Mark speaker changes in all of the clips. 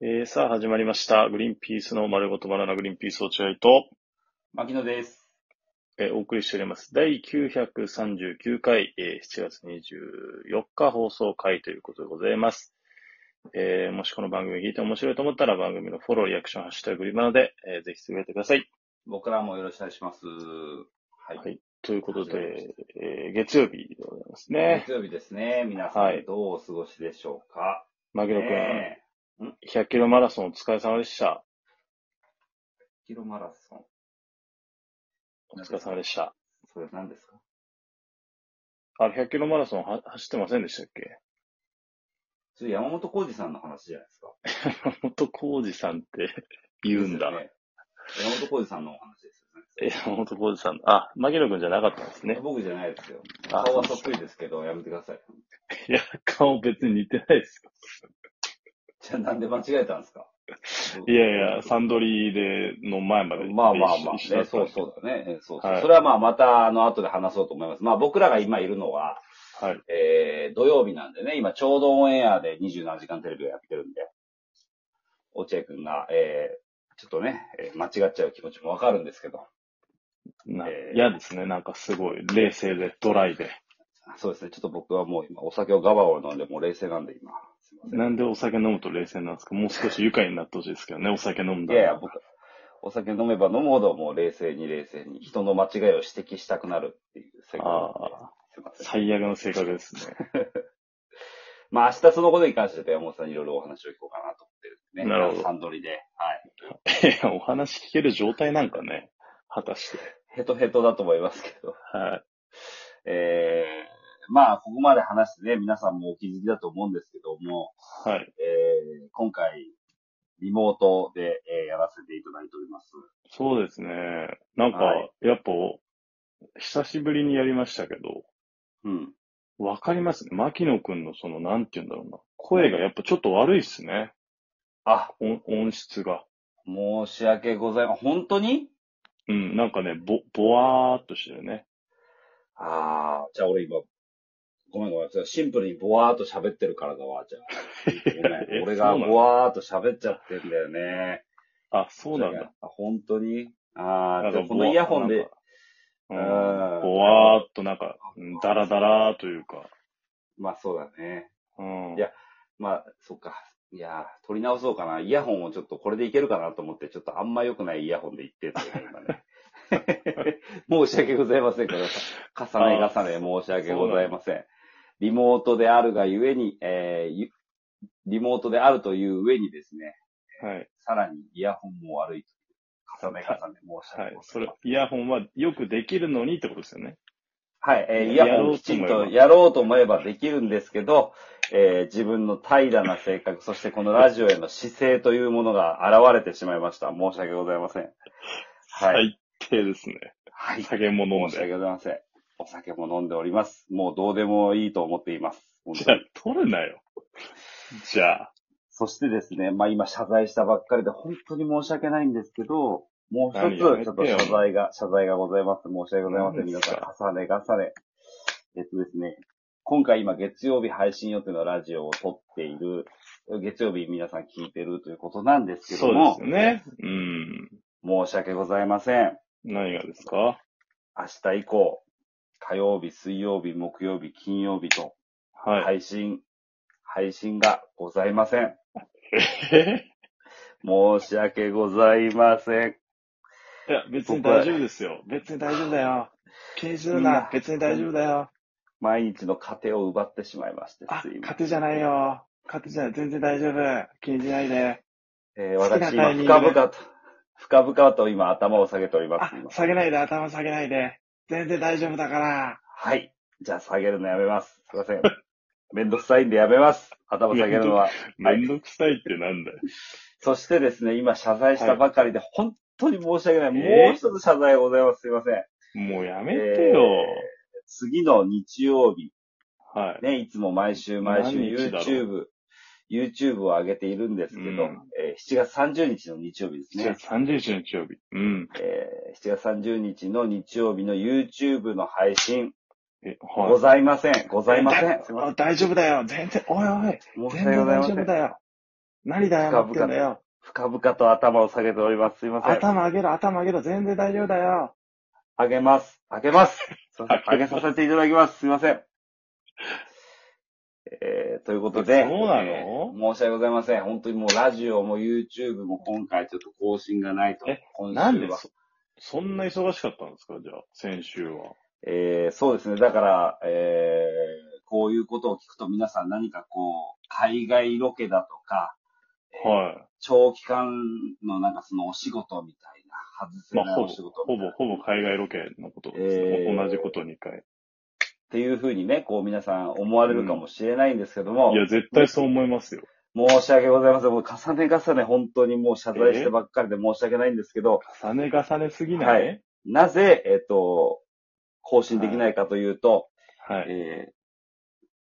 Speaker 1: えー、さあ始まりました。グリーンピースの丸ごとバナナグリーンピース落合と、
Speaker 2: 牧野です。
Speaker 1: えーお送りしております。第939回、えー7月24日放送回ということでございます。えーもしこの番組聞いて面白いと思ったら番組のフォロー、リアクション、ハッシュタググリバナで、えーぜひつぶやいてください。
Speaker 2: 僕らもよろしくお願いします。はい。
Speaker 1: はいということで、えー月曜日でございますね。
Speaker 2: 月曜日ですね。皆さ
Speaker 1: はい
Speaker 2: んどうお過ごしでしょうか。
Speaker 1: 牧野くん、
Speaker 2: ねえ
Speaker 1: 100キロマラソンお疲れ様でした。
Speaker 2: キロマラソン。
Speaker 1: お疲れ様でした。
Speaker 2: それ何ですか
Speaker 1: あれ、100キロマラソンは走ってませんでしたっけ
Speaker 2: それ山本浩二さんの話じゃないですか。
Speaker 1: 山本浩二さんって言うんだ。
Speaker 2: ですよね山本浩二さんのお話ですよ
Speaker 1: え、山本浩二さん、あ、牧野くんじゃなかったんです
Speaker 2: ね。
Speaker 1: ね。
Speaker 2: 僕じゃないですよ。
Speaker 1: あ
Speaker 2: 顔はそっくりですけど、やめてください。
Speaker 1: いや、顔別に似てないですよ。
Speaker 2: じゃあなんで間違えたんですか
Speaker 1: いやいや、サンドリーで、の前まで。
Speaker 2: まあまあまあ、ね、
Speaker 1: 一緒
Speaker 2: そ
Speaker 1: だ
Speaker 2: う
Speaker 1: ったんですけど
Speaker 2: そうだね。えそうそう、
Speaker 1: はい
Speaker 2: それはまあまた、あの、後で話そうと思います。まあ僕らが今いるのは、
Speaker 1: はい。
Speaker 2: えー、土曜日なんでね、今ちょうどオンエアで27時間テレビをやってるんで、落合くんが、えー、ちょっとね、えー間違っちゃう気持ちもわかるんですけど、
Speaker 1: な
Speaker 2: えー
Speaker 1: 嫌ですね、なんかすごい、冷静で、ドライで。
Speaker 2: そうですね、ちょっと僕はもう今、お酒をガバを飲んで、もう冷静なんで今、すいません。
Speaker 1: なんでお酒飲むと冷静なんですかもう少し愉快になってほしいですけどね、お酒飲んだ
Speaker 2: いやい
Speaker 1: ら。
Speaker 2: や、僕、お酒飲めば飲むほどもう冷静に冷静に、人の間違いを指摘したくなるっていう性格なんで
Speaker 1: あ
Speaker 2: すいません。
Speaker 1: 最悪の性格ですね。
Speaker 2: まあ明日そのことに関して山本さんにいろいろお話を聞こうかなと思ってるんでね。
Speaker 1: なるほど
Speaker 2: サンドリで。は
Speaker 1: い
Speaker 2: い。
Speaker 1: や、お話聞ける状態なんかね、果たして。
Speaker 2: ヘトヘトだと思いますけど。
Speaker 1: はい。
Speaker 2: えー、まあここまで話してね、皆さんもお気づきだと思うんですけども、
Speaker 1: はい。
Speaker 2: えー、今回、リモートで、えーやらせていただいております。
Speaker 1: そうですね。なんか、
Speaker 2: はい
Speaker 1: やっぱ、久しぶりにやりましたけど、
Speaker 2: うん。
Speaker 1: わかりますね。牧野くんのその、なんて言うんだろうな。声がやっぱちょっと悪いっすね。
Speaker 2: あ、
Speaker 1: 音音質が。
Speaker 2: 申し訳ございません。本当に
Speaker 1: うん、なんかね、ぼ、ぼわーっとしてるね。
Speaker 2: ああ、じゃあ俺今、ごめんごめん。それシンプルにボワーっと喋ってるからだわ、じゃあ。ご めん。俺が
Speaker 1: そうな
Speaker 2: ボ
Speaker 1: の
Speaker 2: ワーっと喋っちゃってんだよね。
Speaker 1: あ、そうなんだ。
Speaker 2: あ本当にあ
Speaker 1: な
Speaker 2: あ、
Speaker 1: ん
Speaker 2: じ
Speaker 1: か
Speaker 2: ゃあこのイヤホンで。。
Speaker 1: ぼわう
Speaker 2: あ
Speaker 1: ん
Speaker 2: ー
Speaker 1: ぼわーっとなんか、うんだらだらーというか。
Speaker 2: まあそうだね。
Speaker 1: うん。
Speaker 2: いやまあ、そっか。いやー、取り直そうかな。イヤホンをちょっとこれでいけるかなと思って、ちょっとあんま良くないイヤホンで行ってんだよね、今ね。 申し訳ございませんけど、重ね重ね申し訳ございません。リモートであるがゆえに、えーゆリモートであるという上にですね、
Speaker 1: はい。
Speaker 2: さらにイヤホンも悪い。重ね重ね申し
Speaker 1: は
Speaker 2: 訳
Speaker 1: い
Speaker 2: ございませ
Speaker 1: そ
Speaker 2: ん。。
Speaker 1: れ、イヤホンはよくできるのにってことですよね。
Speaker 2: はい、えーイ
Speaker 1: や
Speaker 2: ヤホンをきちんと
Speaker 1: や
Speaker 2: やろうと思えばできるんですけど、えー自分の怠惰な性格、そしてこのラジオへの姿勢というものが現れてしまいました。申し訳ございません。はい。
Speaker 1: 最低ですね。
Speaker 2: はい。申
Speaker 1: 酒も飲ん
Speaker 2: し訳
Speaker 1: で。
Speaker 2: ございません。お酒も飲んでおります。もうどうでもいいと思っています。本
Speaker 1: じ
Speaker 2: 当
Speaker 1: ゃあ
Speaker 2: に、
Speaker 1: 取るなよ。じゃあ、
Speaker 2: そしてですね、まあ今謝罪したばっかりで本当に申し訳ないんですけど、もう一
Speaker 1: 何
Speaker 2: つ、
Speaker 1: やめて
Speaker 2: ちょ
Speaker 1: よ
Speaker 2: っと謝罪が、謝罪がございます。申し訳ございませ
Speaker 1: 何
Speaker 2: ん。
Speaker 1: で
Speaker 2: 皆
Speaker 1: す
Speaker 2: さ
Speaker 1: か
Speaker 2: ん、重ね重ね。えっとですね、今回今月曜日配信予定のラジオを撮っている、月曜日皆さん聞いてるということなんですけ
Speaker 1: そ
Speaker 2: ど
Speaker 1: うで
Speaker 2: も
Speaker 1: す、よね。うん。
Speaker 2: 申し訳ございません。
Speaker 1: 何がですか
Speaker 2: 明日以降、火曜日、水曜日、木曜日、金曜日と、
Speaker 1: はい。
Speaker 2: 配信、配信がございません。
Speaker 1: え
Speaker 2: 申し訳ございません。
Speaker 1: いや、別に大丈夫ですよ。別に大丈夫だよ。気にする
Speaker 2: みん
Speaker 1: な
Speaker 2: な。
Speaker 1: 別に大丈夫だよ。
Speaker 2: 毎日の糧を奪ってしまいまして、
Speaker 1: あ
Speaker 2: すい、ません
Speaker 1: 勝手じゃないよ。勝手じゃない。全然大丈夫。気にしないで。
Speaker 2: えー
Speaker 1: 好きな
Speaker 2: 私、
Speaker 1: タ
Speaker 2: 今、
Speaker 1: イミングで
Speaker 2: 深々と、深々と今頭を下げておりま
Speaker 1: あ
Speaker 2: す。今、
Speaker 1: 下げないで。頭下げないで。全然大丈夫だから。
Speaker 2: はい。じゃあ下げるのやめます。すいません。 めんどくさいんでやめます。頭下げるのは。
Speaker 1: めんどくさいってなんだよ。
Speaker 2: そしてですね、今謝罪したばかりで、本当に申し訳ない。
Speaker 1: えー
Speaker 2: もう一つ謝罪ございます。すいません。
Speaker 1: もうやめてよ。
Speaker 2: 次の日曜日、
Speaker 1: はい。
Speaker 2: ね、いつも毎週毎週
Speaker 1: 何日だろ
Speaker 2: YouTube、YouTube を上げているんですけど、
Speaker 1: うん
Speaker 2: えー7月30日の日曜日ですね。
Speaker 1: 7月30日の日曜日。うん。
Speaker 2: えー7月30日の日曜日の YouTube の配信、
Speaker 1: え、
Speaker 2: ご
Speaker 1: は
Speaker 2: ざいません。ご
Speaker 1: い。
Speaker 2: ざいません。
Speaker 1: だあ大丈夫だよ。全然、おいおい。
Speaker 2: 申
Speaker 1: 全然
Speaker 2: し訳ござい
Speaker 1: 大
Speaker 2: ま
Speaker 1: 丈
Speaker 2: せ
Speaker 1: 夫
Speaker 2: ん。
Speaker 1: だよ。何だよ、ってんだよ。
Speaker 2: 深々と頭を下げております。すいません。
Speaker 1: 頭上げろ、頭上げろ、全然大丈夫だよ。
Speaker 2: 上げます。上げます。すいません上げさせていただきます。すいません。えー、ということで。
Speaker 1: そうなの
Speaker 2: えー申し訳ございません。本当にもうラジオも YouTube も今回ちょっと更新がないと。
Speaker 1: え
Speaker 2: 今週は
Speaker 1: なんでそ、そんな忙しかったんですかじゃあ、先週は。
Speaker 2: えー、そうですね。だから、えー、こういうことを聞くと皆さん何かこう、海外ロケだとか、
Speaker 1: は
Speaker 2: 長期間のなんかそのお仕事みたいな、外
Speaker 1: い。
Speaker 2: せ
Speaker 1: まあ、
Speaker 2: ない
Speaker 1: ほ
Speaker 2: お
Speaker 1: ぼ、
Speaker 2: 仕事
Speaker 1: ほぼ、ほぼ海外ロケのことですね。
Speaker 2: えー
Speaker 1: 同じこと2回。
Speaker 2: っていうふうにね、こう皆さん思われるかもしれないんですけども、
Speaker 1: いや、絶対そう思いますよ。
Speaker 2: 申し訳ございません。もう重ね重ね本当にもう謝罪してばっかりで申し訳ないんですけど、
Speaker 1: 重ね重ねすぎない
Speaker 2: なぜ、えっと、更新できないかというと、
Speaker 1: はい。
Speaker 2: えー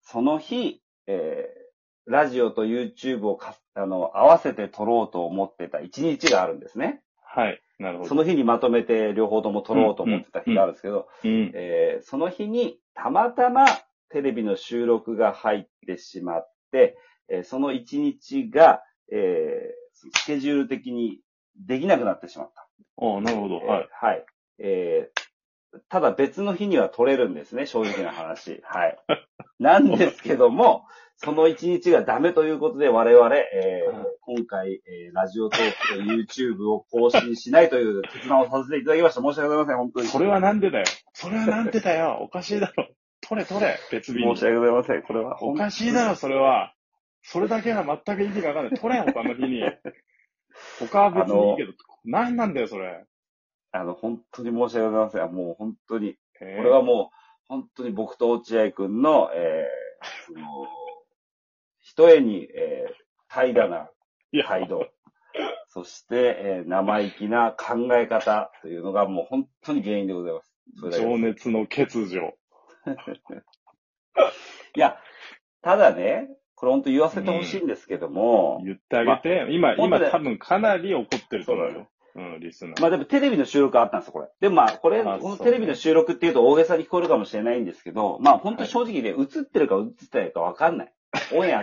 Speaker 2: その日、えーラジオと YouTube をかあの合わせて撮ろうと思ってた1日があるんですね。
Speaker 1: はい。なるほど。
Speaker 2: その日にまとめて両方とも撮ろうと思ってた日があるんですけど、
Speaker 1: うん。
Speaker 2: えーその日にたまたまテレビの収録が入ってしまって、えーその1日が、えースケジュール的にできなくなってしまった。
Speaker 1: ああ、なるほど。はい。
Speaker 2: えーはい。えーただ別の日には取れるんですね、正直 な話。はい。なんですけども、その一日がダメということで我々、えー今回、えーラジオトークと YouTube を更新しないという決断をさせていただきました。申し訳ございません、本当に。
Speaker 1: それはなんでだよ。それはなんでだよ。おかしいだろ。取れ取れ。別便
Speaker 2: 申し訳ございません、これは。
Speaker 1: おかしいだろ、それは。それだけは全く意味がわかんない。取れ、他の日に。他は別にいいけど、何なんだよ、それ。
Speaker 2: あの、本当に申し訳ございません。もう本当に、
Speaker 1: こ
Speaker 2: これはもう、本当に僕と落合くんの、えー、その、一重に、えー、平らな、
Speaker 1: う、いや、
Speaker 2: 態度。そして、えー生意気な考え方というのがもう本当に原因でございます。それだけです
Speaker 1: 情熱の欠如。
Speaker 2: いや、ただね、これ本当言わせてほしいんですけども、
Speaker 1: 言ってあげて、今、
Speaker 2: 本当
Speaker 1: 今
Speaker 2: だよ
Speaker 1: 多分かなり怒ってると思う
Speaker 2: そうだ
Speaker 1: よ。うん、リスナー。
Speaker 2: まあでもテレビの収録あったんですよ、これ。でもまあ、これ、
Speaker 1: あ
Speaker 2: この
Speaker 1: そう
Speaker 2: テレビの収録っていうと大げさに聞こえるかもしれないんですけど、まあ本当正直ね、映ってるか映ってないかわかんない。オンエア、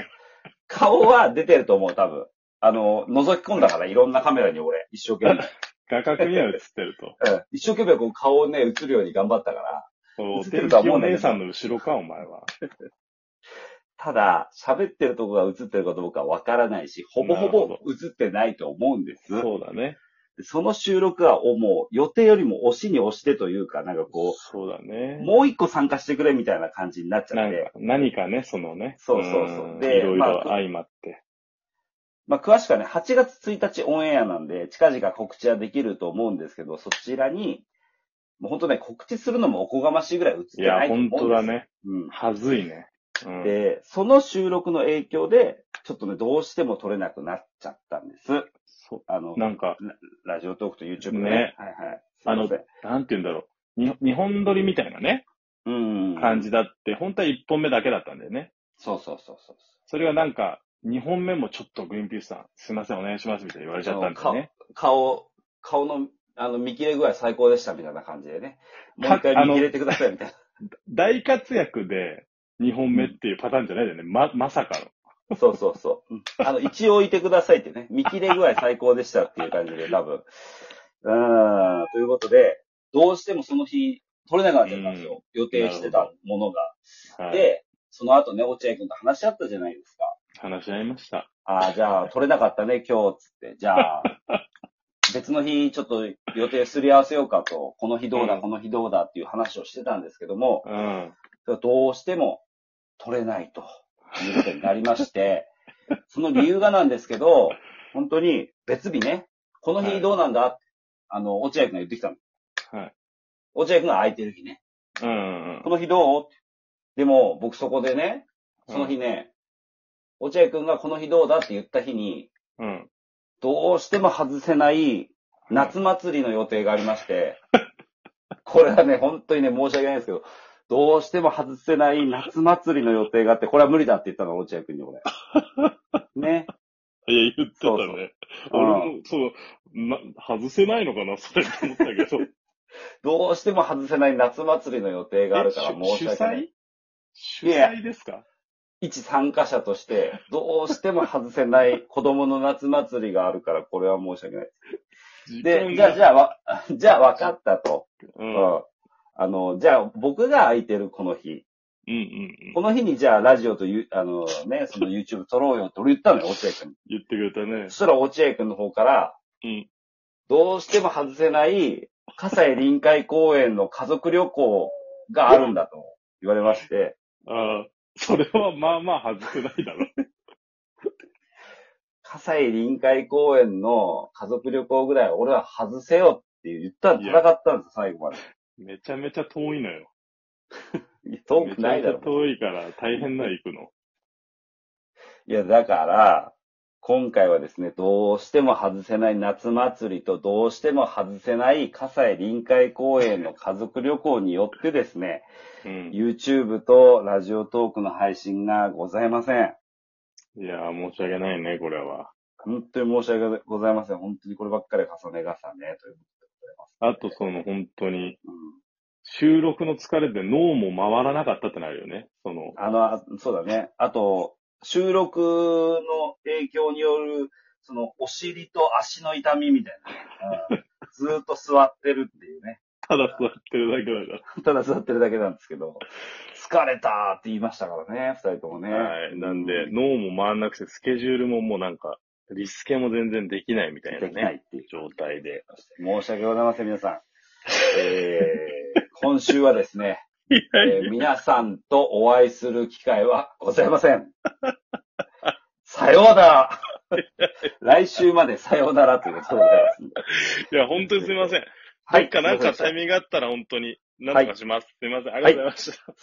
Speaker 2: 顔は出てると思う、多分。あの、覗き込んだから、いろんなカメラに俺、一生懸命。
Speaker 1: 画角には映ってると。
Speaker 2: うん一生懸命こう顔をね、映るように頑張ったから。
Speaker 1: そう、
Speaker 2: 映って
Speaker 1: 天
Speaker 2: るとは
Speaker 1: 気
Speaker 2: 思う
Speaker 1: お
Speaker 2: んだけど
Speaker 1: 姉さんの後ろか、お前は。
Speaker 2: ただ、喋ってるとこが映ってるかどうかわからないし、ほぼほ
Speaker 1: な
Speaker 2: ぼ
Speaker 1: る
Speaker 2: 映ってないと思うんです。
Speaker 1: そうだね。
Speaker 2: その収録はもう予定よりも押しに押してというか、なんかこ
Speaker 1: そうだ
Speaker 2: う、
Speaker 1: ね。
Speaker 2: もう一個参加してくれみたいな感じになっちゃ
Speaker 1: なん
Speaker 2: っ
Speaker 1: か
Speaker 2: て、、
Speaker 1: 何かね、そのね。
Speaker 2: そうそうそうんで
Speaker 1: いろい
Speaker 2: ま
Speaker 1: ろ
Speaker 2: あ
Speaker 1: 相まって。
Speaker 2: まあ詳しくはね、8月1日オンエアなんで、近々告知はできると思うんですけど、そちらに、もう本当ね、告知するのもおこがましいぐらい映っ
Speaker 1: い
Speaker 2: てな
Speaker 1: や、
Speaker 2: いと思うん
Speaker 1: 本
Speaker 2: です
Speaker 1: 当だ。ね。
Speaker 2: うん。
Speaker 1: はずいね。うん。
Speaker 2: で、その収録の影響で、ちょっとね、どうしても撮れなくなっちゃったんです。
Speaker 1: そ
Speaker 2: あの
Speaker 1: う。、なんか、
Speaker 2: ラジオトークと YouTube ね。
Speaker 1: ね
Speaker 2: はいはい。
Speaker 1: あの
Speaker 2: すいません
Speaker 1: なんて言うんだろう。に日本撮りみたいなね、
Speaker 2: うんうん。
Speaker 1: 感。じだって、本当は1本目だけだったんだよね。
Speaker 2: そうそうそうそう。
Speaker 1: それがなんか、2本目もちょっとグリーンピースさん、すいません、お願いします、みたいに言われちゃったんだよね。
Speaker 2: 顔、顔の、あの、見切れ具合最高でしたみたいな感じでね。
Speaker 1: か
Speaker 2: もう
Speaker 1: あ
Speaker 2: 一回
Speaker 1: の
Speaker 2: 見切れてくださいみたい
Speaker 1: 大活躍で2本目っていうパターンじゃないんだよね。ま、まさかの。
Speaker 2: な。そうそうそううん。あの、一応いてくださいってね。見切れ具合最高でしたっていう感じで、多分。うーん。ということで、どうしてもその日、取れなくなっちゃったんですよ。予定してたものが。
Speaker 1: はい。
Speaker 2: で、その後ね、落合君と話し合ったじゃないですか。
Speaker 1: 話し合いました。
Speaker 2: ああ、じゃあ、取れなかったね、今日、つって。じ ゃあ、別の日、ちょっと予定すり合わせようかと、この日どう
Speaker 1: う
Speaker 2: だ、
Speaker 1: ん
Speaker 2: この日どうだっていう話をしてたんですけども、
Speaker 1: うん。
Speaker 2: どうしても取れないということになりまして、その理由がなんですけど、本当に別日ね、この日どうなんだ、あの、落合くんが言ってきたの。
Speaker 1: はい。
Speaker 2: 落合くんが空いてる日ね。
Speaker 1: うんうんうん
Speaker 2: こ。の日どうでも、僕そこでね、その日ね、落合くんがこの日どうだって言った日に、
Speaker 1: うん。
Speaker 2: どうしても外せない夏祭りの予定がありまして、これはね、本当にね、申し訳ないんですけど、どうしても外せない夏祭りの予定があって、これは無理だって言ったの、落合君に俺。ね。
Speaker 1: いや、言ってたね。
Speaker 2: そうそう
Speaker 1: 俺も、そう、な、外せないのかな、それって思ったけど。
Speaker 2: どうして も外せない夏祭りの予定があるから
Speaker 1: え
Speaker 2: 申
Speaker 1: 主
Speaker 2: し訳ない。
Speaker 1: 主催主
Speaker 2: いや
Speaker 1: 催ですか
Speaker 2: 一参加者として、どうしても外せない子供の夏祭りがあるから、これは申し訳ない。で、じゃあ、じ
Speaker 1: ゃ
Speaker 2: ゃあ、わじゃあ分かったと。
Speaker 1: う。
Speaker 2: うん
Speaker 1: うん
Speaker 2: ん。あの、じゃあ、僕が空いてるこの日。
Speaker 1: うんう
Speaker 2: こ
Speaker 1: ん。
Speaker 2: の日にじゃあ、ラジオとゆ、あのね、その YouTube 撮ろうよって俺言ったのよ、落合君に。
Speaker 1: 言ってくれたね
Speaker 2: そ。したら落合君の方から、
Speaker 1: うん。
Speaker 2: どうしても外せない、葛西臨海公園の家族旅行があるんだと言われまして、
Speaker 1: ああ、それはまあまあ外せないだろ。
Speaker 2: 葛西臨海公園の家族旅行ぐらい俺は外せよって言ったら
Speaker 1: いや
Speaker 2: 戦ったんですよ、最後まで。
Speaker 1: めちゃめちゃ遠いのよ。
Speaker 2: いや遠くない
Speaker 1: めちゃめち
Speaker 2: だ
Speaker 1: ゃ
Speaker 2: ろ。
Speaker 1: 遠いから大変な、行くの。
Speaker 2: いや、だから、今回はですね、どうしても外せない夏祭りと、どうしても外せない葛西臨海公園の家族旅行によってですね、
Speaker 1: うん。
Speaker 2: YouTube とラジオトークの配信がございません。
Speaker 1: いやー、申し訳ないね、これは。
Speaker 2: 本当に申し訳ございません。本当にこればっかりは重ね重ねという
Speaker 1: あと、その、本当に、
Speaker 2: うん
Speaker 1: 収録の疲れで脳も回らなかったってなるよね。その、
Speaker 2: あの、あそうだね。あと、収録の影響による、その、お尻と足の痛みみたいな。うんずーっと座ってるっていうね。
Speaker 1: ただ座ってるだけだから。
Speaker 2: ただ座ってるだけなんですけど、疲れたーって言いましたからね、二人ともね。
Speaker 1: はい。なんで、脳も回んなくて、スケジュールももうなんか、リスケも全然できないみたいな
Speaker 2: できない
Speaker 1: ね、
Speaker 2: っていう。
Speaker 1: 状態で。
Speaker 2: 申し訳ございません、皆さん。えー、今週はですね、えー皆さんとお会いする機会はございません。さような ら来週までさようならということでございますんで。
Speaker 1: いや、本当にすみません。
Speaker 2: は
Speaker 1: はいい。かなんかタイミングがあったら本当に、なんとかします。すみません。ありがとうございました。